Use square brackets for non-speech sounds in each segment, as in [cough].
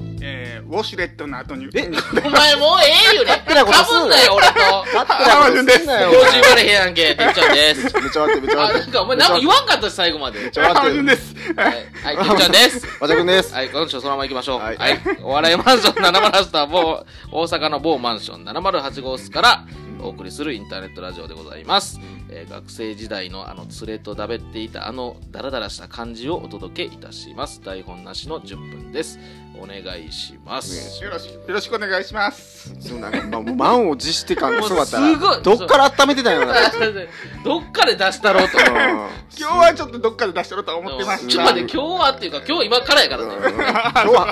ウォシュレットの後に。えお前もうええよね。手なことすんなぶんなよ、俺と。勝手なことすんなよ。標準割れへんやん [laughs] け、てっちゃんです。めちゃ待って、めちゃあ、待っなんて。かお前なんか言わんかったし、最後ま [laughs] で。ちょっと待ってあです。はい、はい、てっちゃんです。わちゃくんです。はい、この人そのまま行きましょう。は。はいいお笑いマンション708とは某、大阪の某マンション708号室からお送りするインターネットラジオでございます。えー学生時代のあの、連れとだべっていたあの、ダラダラした感じをお届けいたします。台本なしの10分です。お願いしま [laughs] す。よろしく、よろしくお願いします。そうなんか、まあ、もう満を持して感がすごかったもうすごいな。どっから温めてたんやろな。 [laughs] どっかで出したろうと。今日はちょっとどっかで出してろうとは思ってました。ちょっと待って、今日はっていうか、今日今からやからうんね。今日は、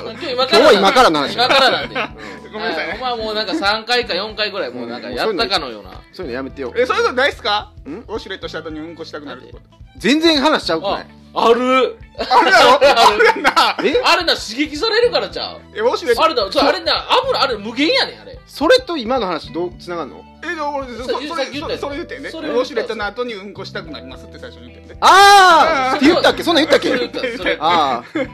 今日今今日は今からの話今からなんで。はいごめんなさいおね。前もうなんか3回か4回ぐらいもうなんかやったかのような。そういうのやめてよ。え、そういうのないっすかウんォシュレットした後にうんこしたくなるってこと。全然話しちゃうくなあい。、あるあれだろあれだな。えあれな、刺激されるからじゃうえ、ウォシュレット。あれだ、そうあれな、油、あれ無限やねん、あれ。それと今の話どう繋がんのえ、でも俺、そそそれれ、言そった言ったれそれ言ってね。ウそれ言ったォシュレットの後にうんこしたくなりますって最初に言ってね。あーって言ったっけそんなん言ったっそれ言っけた、それ。あーそう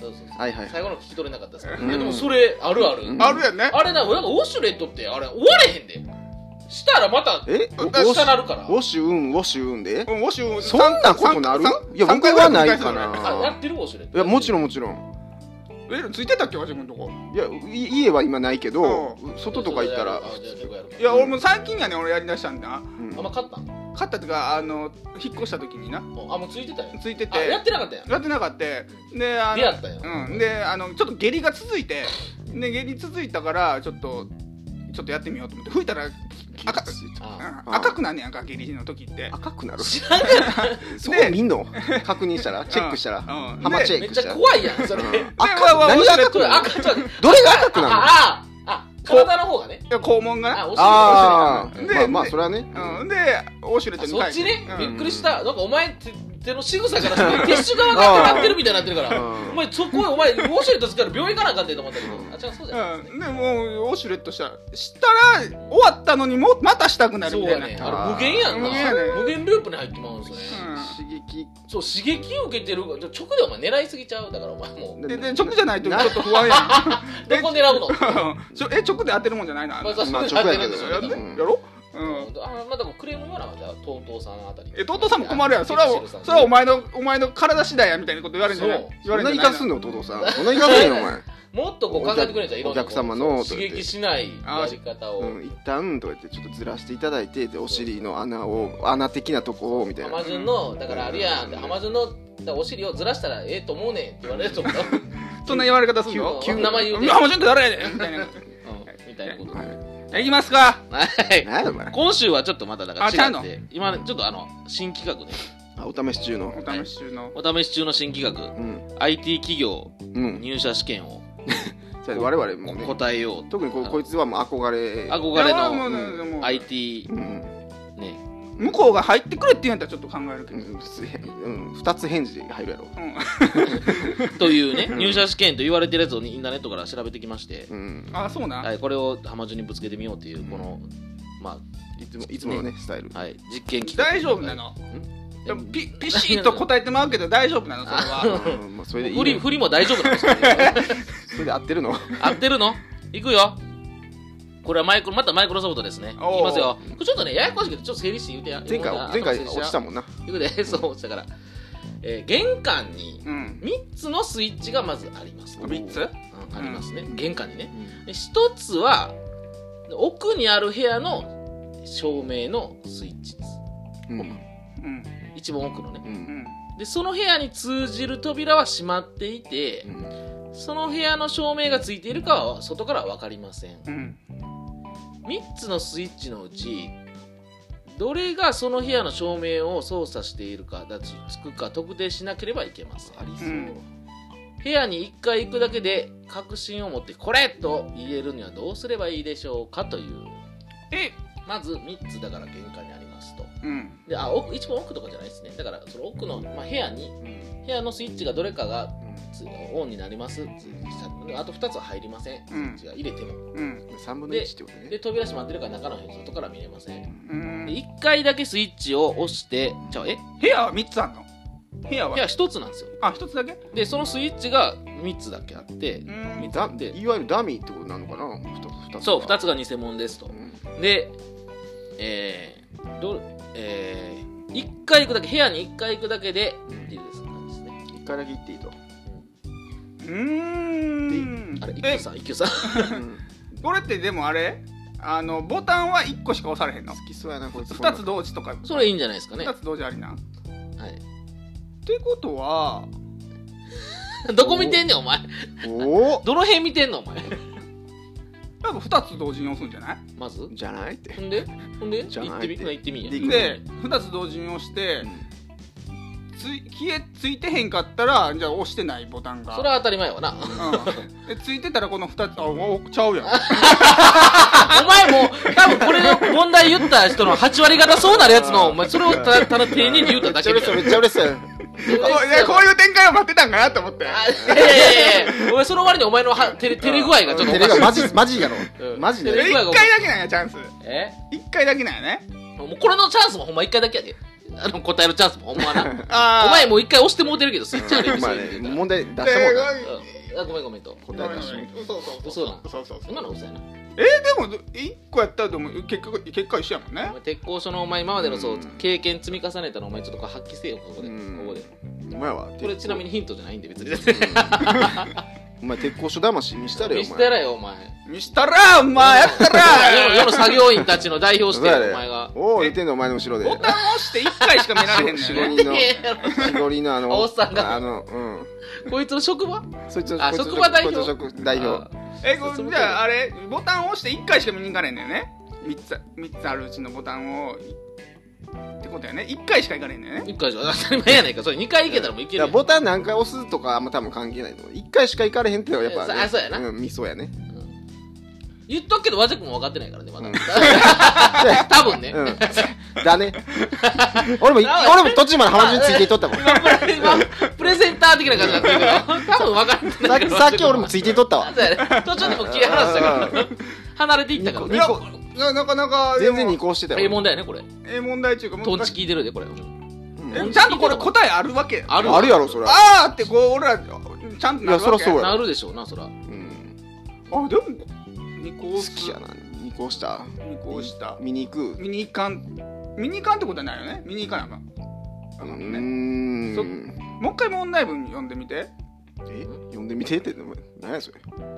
そうそうはいはい最後の聞き取れなかったですから。うんいやでもそれ、あるある。うんあるやんね。あれな、なんかウォシュレットって、あれ、終われへんで。したらまた、えウ出ォ下なシるから。ウォシュうん、ウォシュうんでうんウォシュそんなことなる三いや、三僕はないか三回ぐらい繰り返すあ、やっな。てるウォシュレット。いや、もちろん。んもちろん。よねえ、ついてたっけ自分のとこ。いや、い家は今ないけど、外とか行ったら、あじゃあ結構やるかいや、俺も最近やね、俺やりだしたんだ。うんあんま勝ったん勝ったってか、あの、引っ越した時にな。あ、もうついてたよ。ついてあ、て。やってなかったやん。やってなかったであの出会ったようんであのちょっと下痢が続いてで下痢続いたからちょっとちょっとやってみようと思って吹いたら赤,、あうん赤くなんねやんか下痢の時って赤くなる知らんかそこ見んの確認したらチェックしたら、うんハマチらェめっックちしたゃら怖いやん、それ。うんでわわ赤何が赤そくれなる赤ちゃん。どれが赤くなるのああ、あ、体の方がね。で肛門あ、がお尻あそあうそうまあでまあでそれはねな、うん、でオシュレットあにそっちね、うんびっくりした。なんかお前手手の仕草からしてティッシュ側が当たってるみたいになってるから。うんお前そこへお前ウォシュレットつから病院行かなあかんでと思ったけど。あ、違うそうじゃない。うん、でもうオシュレットしたしたら終わったのにもまたしたくなるそうみたやいな、ね。ああれ無限やんな。無限やね無限ループに入ってまうんですよね。刺激そう、刺激を受けてる。直でお前狙いすぎちゃう。だからお前もうん、でで直じゃないとちょっと不安や [laughs] う。どこ狙うのんうんちょえ直で当てるもんじゃないな、あんな [laughs] まあそうまあ当直てやるんけでどしょうやけんどねう、んやろうんあまだクレームもらうじゃあ、とうとうさんあたり。え、トトさんも困るやん。それは、それはお前の、お前の体次第やみたいなこと言われるんじゃないそう言そわんれなるんにじゃかないすんのお父さんそんなにかすんよお前、もっとこう考えてくれんじゃん、いろんなこうお客様の刺激しないやり方を。うん、一旦とか言ってちょっとずらしていただいてでお尻の穴を穴的なとこをみたい浜な順の、だからあるやんって、浜順のだからお尻をずらしたらええと思うねんって言われると思う。そんな言われ方すん急の急名前言うてて。あ、もうちょっと誰や [laughs] ねんみたいな。うんみたいなこと。はいいきますか。はい。何やお前今週はちょっとまただからあちゃう違っのて、今ねちょっとあの、新企画ね。あお試し中のお試し中の。お試し中の新企画、うん IT 企業うん入社試験をじゃあ我々もね答えようと。特にここいつはもう憧れ憧いれやもうのもうもう IT うんね。向こうが入ってくれって言うんやったらちょっと考えるけうど。ん、うん、2つ返事入るやろうん。というね、入社試験と言われてるやつをインターネットから調べてきまして、うん [laughs] あ、そうな。はい、これを浜順にぶつけてみようっていう、この、まいつもいつものねスタイルあ、はい、実験企画。大丈夫なのえでもピピシッと答えてまうけど大丈夫な [laughs] のそれは。うんまあそれでいい振り、の振りも大丈夫なん [laughs] ですかそれで合ってるの合ってるのいくよ。これはマイクロ、またマイクロソフトですね。いきおーますよ。これちょっとね、ややこしいけど、ちょっと整理して言うてや。前回前回落ちたももんなうな。いくで、 [laughs] そう、落ちたから。えー、玄関にうん。 3つのスイッチがまずあります。うん三つありますね。玄関にね。で1つは、奥にある部屋の照明のスイッチです。うんうん。一番奥のね。ううんん。で、その部屋に通じる扉は閉まっていて、その部屋の照明がついているかは外からは分かりませんうん。 3つのスイッチのうちどれがその部屋の照明を操作しているかだつつくか特定しなければいけませんありそううん部屋に1回行くだけで確信を持って「これ!」と言えるにはどうすればいいでしょうかというえ、まず3つだから玄関にありますとうん。であ奥一番奥とかじゃないですねだからその奥の、まあ、部屋に部屋のスイッチがどれかがつオンになりますつあと2つは入りませんスイッチが入れてもうん。 3分の1ってことでね扉閉まってるから中の部屋外から見れませんうん。 1回だけスイッチを押してちゃうえ部屋は3つあんの部屋は部屋一つなんですよあ一つだけでそのスイッチが3つだけあってうーんだでいわゆるダミーってことなのかな二つ二つそう2つ、つが偽物ですとうんでえー、どえー、1回行くだけ部屋に1回行くだけでディルですなんですね一回だけ行って [laughs] いいと、うーんあれ一え休さん一休さん [laughs] うんこれってでもあれあのボタンは1個しか押されへんの好きそうやなこいつ2つ同時とかそれいいんじゃないですかね、 2はつ同時ありなっい、 [laughs] てことはどこ見てんねんお前おおどの辺見てんのお前多分2つ同時に押すんじゃないまずじゃないってほんでほんでじゃ行っなていみってほな行ってみんやでで2つ同時に押してつい消えついてへんかったらじゃあ押してないボタンがそれは当たり前やわな [laughs] うんでついてたらこの2つあおちゃうやんお前もう多分これの問題言った人の8割方そうなるやつのお前それをただただ丁寧に言うただけめみっちたゃいな嬉しいめっちゃ嬉しい全 [laughs] こ然ういやこういう展開を待ってたんかなと思ってあいやいやいやお前その割にお前のは照れ照れ具合がちょっとお照かれしがいマジマジやろうんマジ1照れでが回だけなんやチャンスえ1回だけなんやねもうこれのチャンスもほんま一回だけやであの答えるチャンスもほんまはな [laughs] あーお前もう一回押してもうてるけどスイッチある意味まそうあいう意味でね言う問題出したもんなでたらうんあごめんごめんとご答めえんご出しめん嘘嘘嘘なん嘘嘘嘘そんなの嘘やなでも一個やったらでも結局結果一緒やもんおね前鉄工所のお前今までのそううん経験積み重ねたのお前ちょっとこれ発揮せよここでこうんこでお前はこれちなみにヒントじゃないんで別にお前鉄工所魂見したれよ [laughs] 見おせ前たらよお前見したらお前やったら世の世の作業員たちの代表してお前がおお言ってんのお前の後ろでボタン押して一回しか見られへんしねろんにね [laughs] 人いのやいやしごりのあのおっさんがあのうこいつの職場んそいつあこいつ職場代表こいつ職代表えこじゃああれボタン押して一回しか見に行かれへんねんね三つ三つあるうちのボタンをってことやね一回しか行かれへんねんね1回じゃ当たり前やないかそれ2回いけたらもういけるいややんボタン何回押すとかあんま多分関係ないの一回しか行かれへんってのはやっぱねあそうやなんミソ [laughs] やね言っとくけど和く君も分かってないからねまだうん [laughs] 多分ね [laughs] うんだね俺もい俺も途中まで浜順ついていっ [laughs] とったもんさプレプレゼンター的な感じだったけど、多分分かってないから。さっき俺もついていっとったわそうやね途中でも切り離したかうら、離れていったから。二い個やいやなかなかで全も然二個押してたええよ問題やね、これ。ええ問題中かトン難チしい聞いてるで、これ。うんえちゃんとこれ答えあるわけあるあるやろそれはあーってこう俺らちゃんとなるわけいやそらそうやなるでしょうな、そら。うんあでも2個好押すきやな二個押した2個押した見に行く見に行かん見に行かんってことはないよね見に行かなあかんあうのねそーんもう一回問題文読んでみてえ呼んでみてってお前何やそれ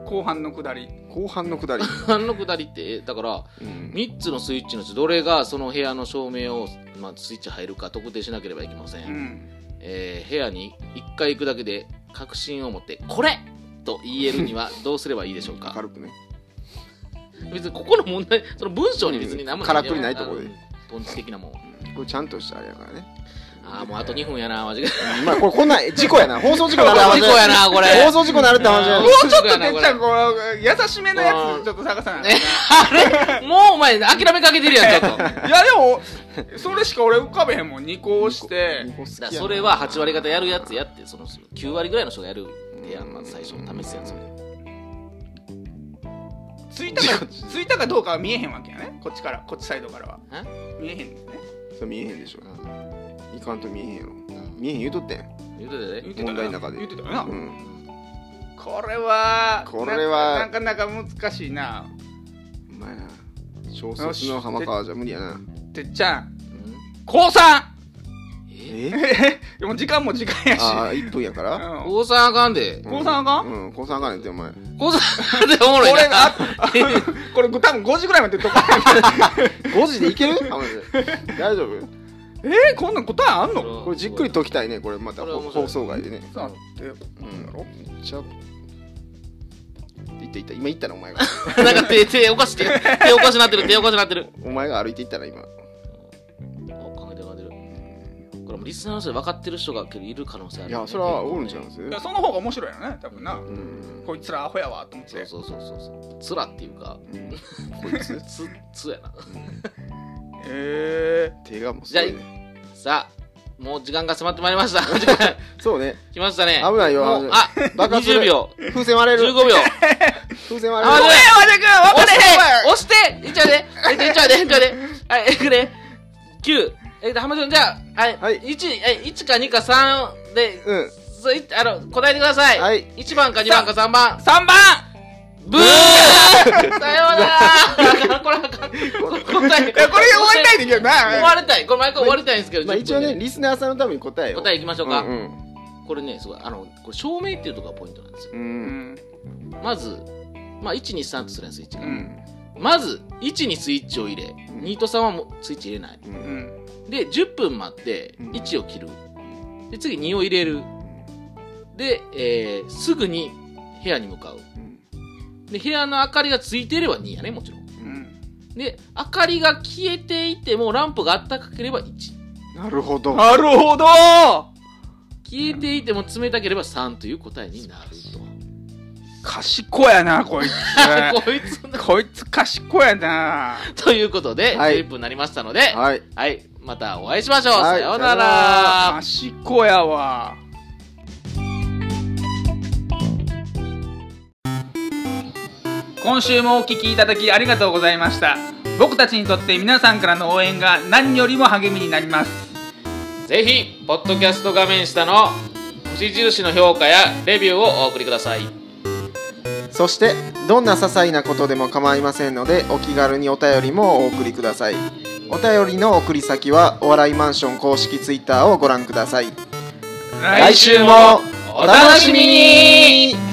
後半の下り後半のくだりあのくだりって、だから、うん3つのスイッチのうち、どれがその部屋の照明を、まあ、スイッチ入るか特定しなければいけません。うんえー部屋に1回行くだけで、確信を持って、これと言えるにはどうすればいいでしょうか明るくね別にここの問題その文章に別に何もうんからくりないとこでトンチ的なもんこれちゃんとしたあれやからねああもうあと2分やなマジでまあこれこんなん事故 [laughs] やな放送事故なる事故やなこれ放送事故なるって話じゃあなもいうちょっとてっちゃんこう優しめのやつちょっと探さないねあれもうお前諦めかけてるやんち [laughs] ょっとだ [laughs] かいやでもそれしか俺浮かべへんもん2個押して二個好きやらなそれは8割方やるやつやってその9割ぐらいの人がやるやんまず最初試すやつそれついたかついたかどうかは見えへんわけやねこっちからこっちサイドからは見えへんねそれ見えへんでしょいかんと見えへんやろ見えへん言うとってん言うてたで言ってたよ問題の中で言ってたよな、うんこれはこれはななかなか難しいなお前な小説の浜川じゃ無理やなてっちゃん高 3! ええええ [laughs] もう時間も時間やしああ1分やからうん [laughs] 高3あかんで高三あかんうん高三あかんねんってお前高3っておもろい俺なあこれ多分5時ぐらいまでとか5時でいける浜田さん大丈夫えこんなん答えあんのこれじっくり解きたいねこれまたこれ面ほ白い放送外でねさあってうんちゃ行った行った今行ったなお前 [laughs] が [laughs] なんか手手おかしい手手おかしなってる手おかしなってるお前が歩いて行ったな今あ考えてる考えてるこれもうリスナーの人で分かってる人がいる可能性あるいよねやそれはおるんちゃうんすいやその方が面白いよね多分なうんこいつらアホやわと思っそうてそうそうそうそうつらっていうかうんこいつつつやなえ手がもうすごいねさあもう時間が迫ってまいり [laughs] ました時間そうね来ましたね危ないよもうあ爆発する20秒風船割れ15る秒風船えー、ご割めんれある和田君分か押れしへんて押していっちゃうでいっちゃうでいっちゃうでいっちゃうではいくれ9ええっと、浜ちゃん、じゃあ、はい、はい1、え、1か2か3で、うんそいあの、答えてください。はい1番か2番か3番。 3番ブー [laughs] さようならこれあかん。答え、いやこれ終わりたいんだけど終なわりたい。これ毎回終わりたいんですけど、まあ、 10一応ね分でリスナーさんのために答えを答えいきましょうか。うんこれね、すごい、あの、これ証明っていうところがポイントなんですよ。ううんんまず、まあ、1、2、3とするやつ、1うが。んまず、1にスイッチを入れ、ん2と3はもうスイッチ入れない。ううんんで、10分待って、うん1を切る。で、次2を入れる。で、えーすぐに部屋に向かう。で、部屋の明かりがついていれば2やね、もちろん。うんで、明かりが消えていても、ランプがあったかければ1。なるほどなるほど消えていても冷たければ3という答えになる賢やなこいつと。 [laughs] こいつの [laughs] こいつ賢やな [laughs] ということで、はい11分になりましたので、はい、はいまたお会いしましょう。はいさようなさようならら。賢やわ今週もお聞きいただきありがとうございました僕たちにとって皆さんからの応援が何よりも励みになりますぜひ、ポッドキャスト画面下の星印の評価やレビューをお送りください。そしてどんな些細なことでも構いませんのでお気軽にお便りもお送りくださいお便りの送り先はお笑いマンション公式ツイッターをご覧ください来週もお楽しみに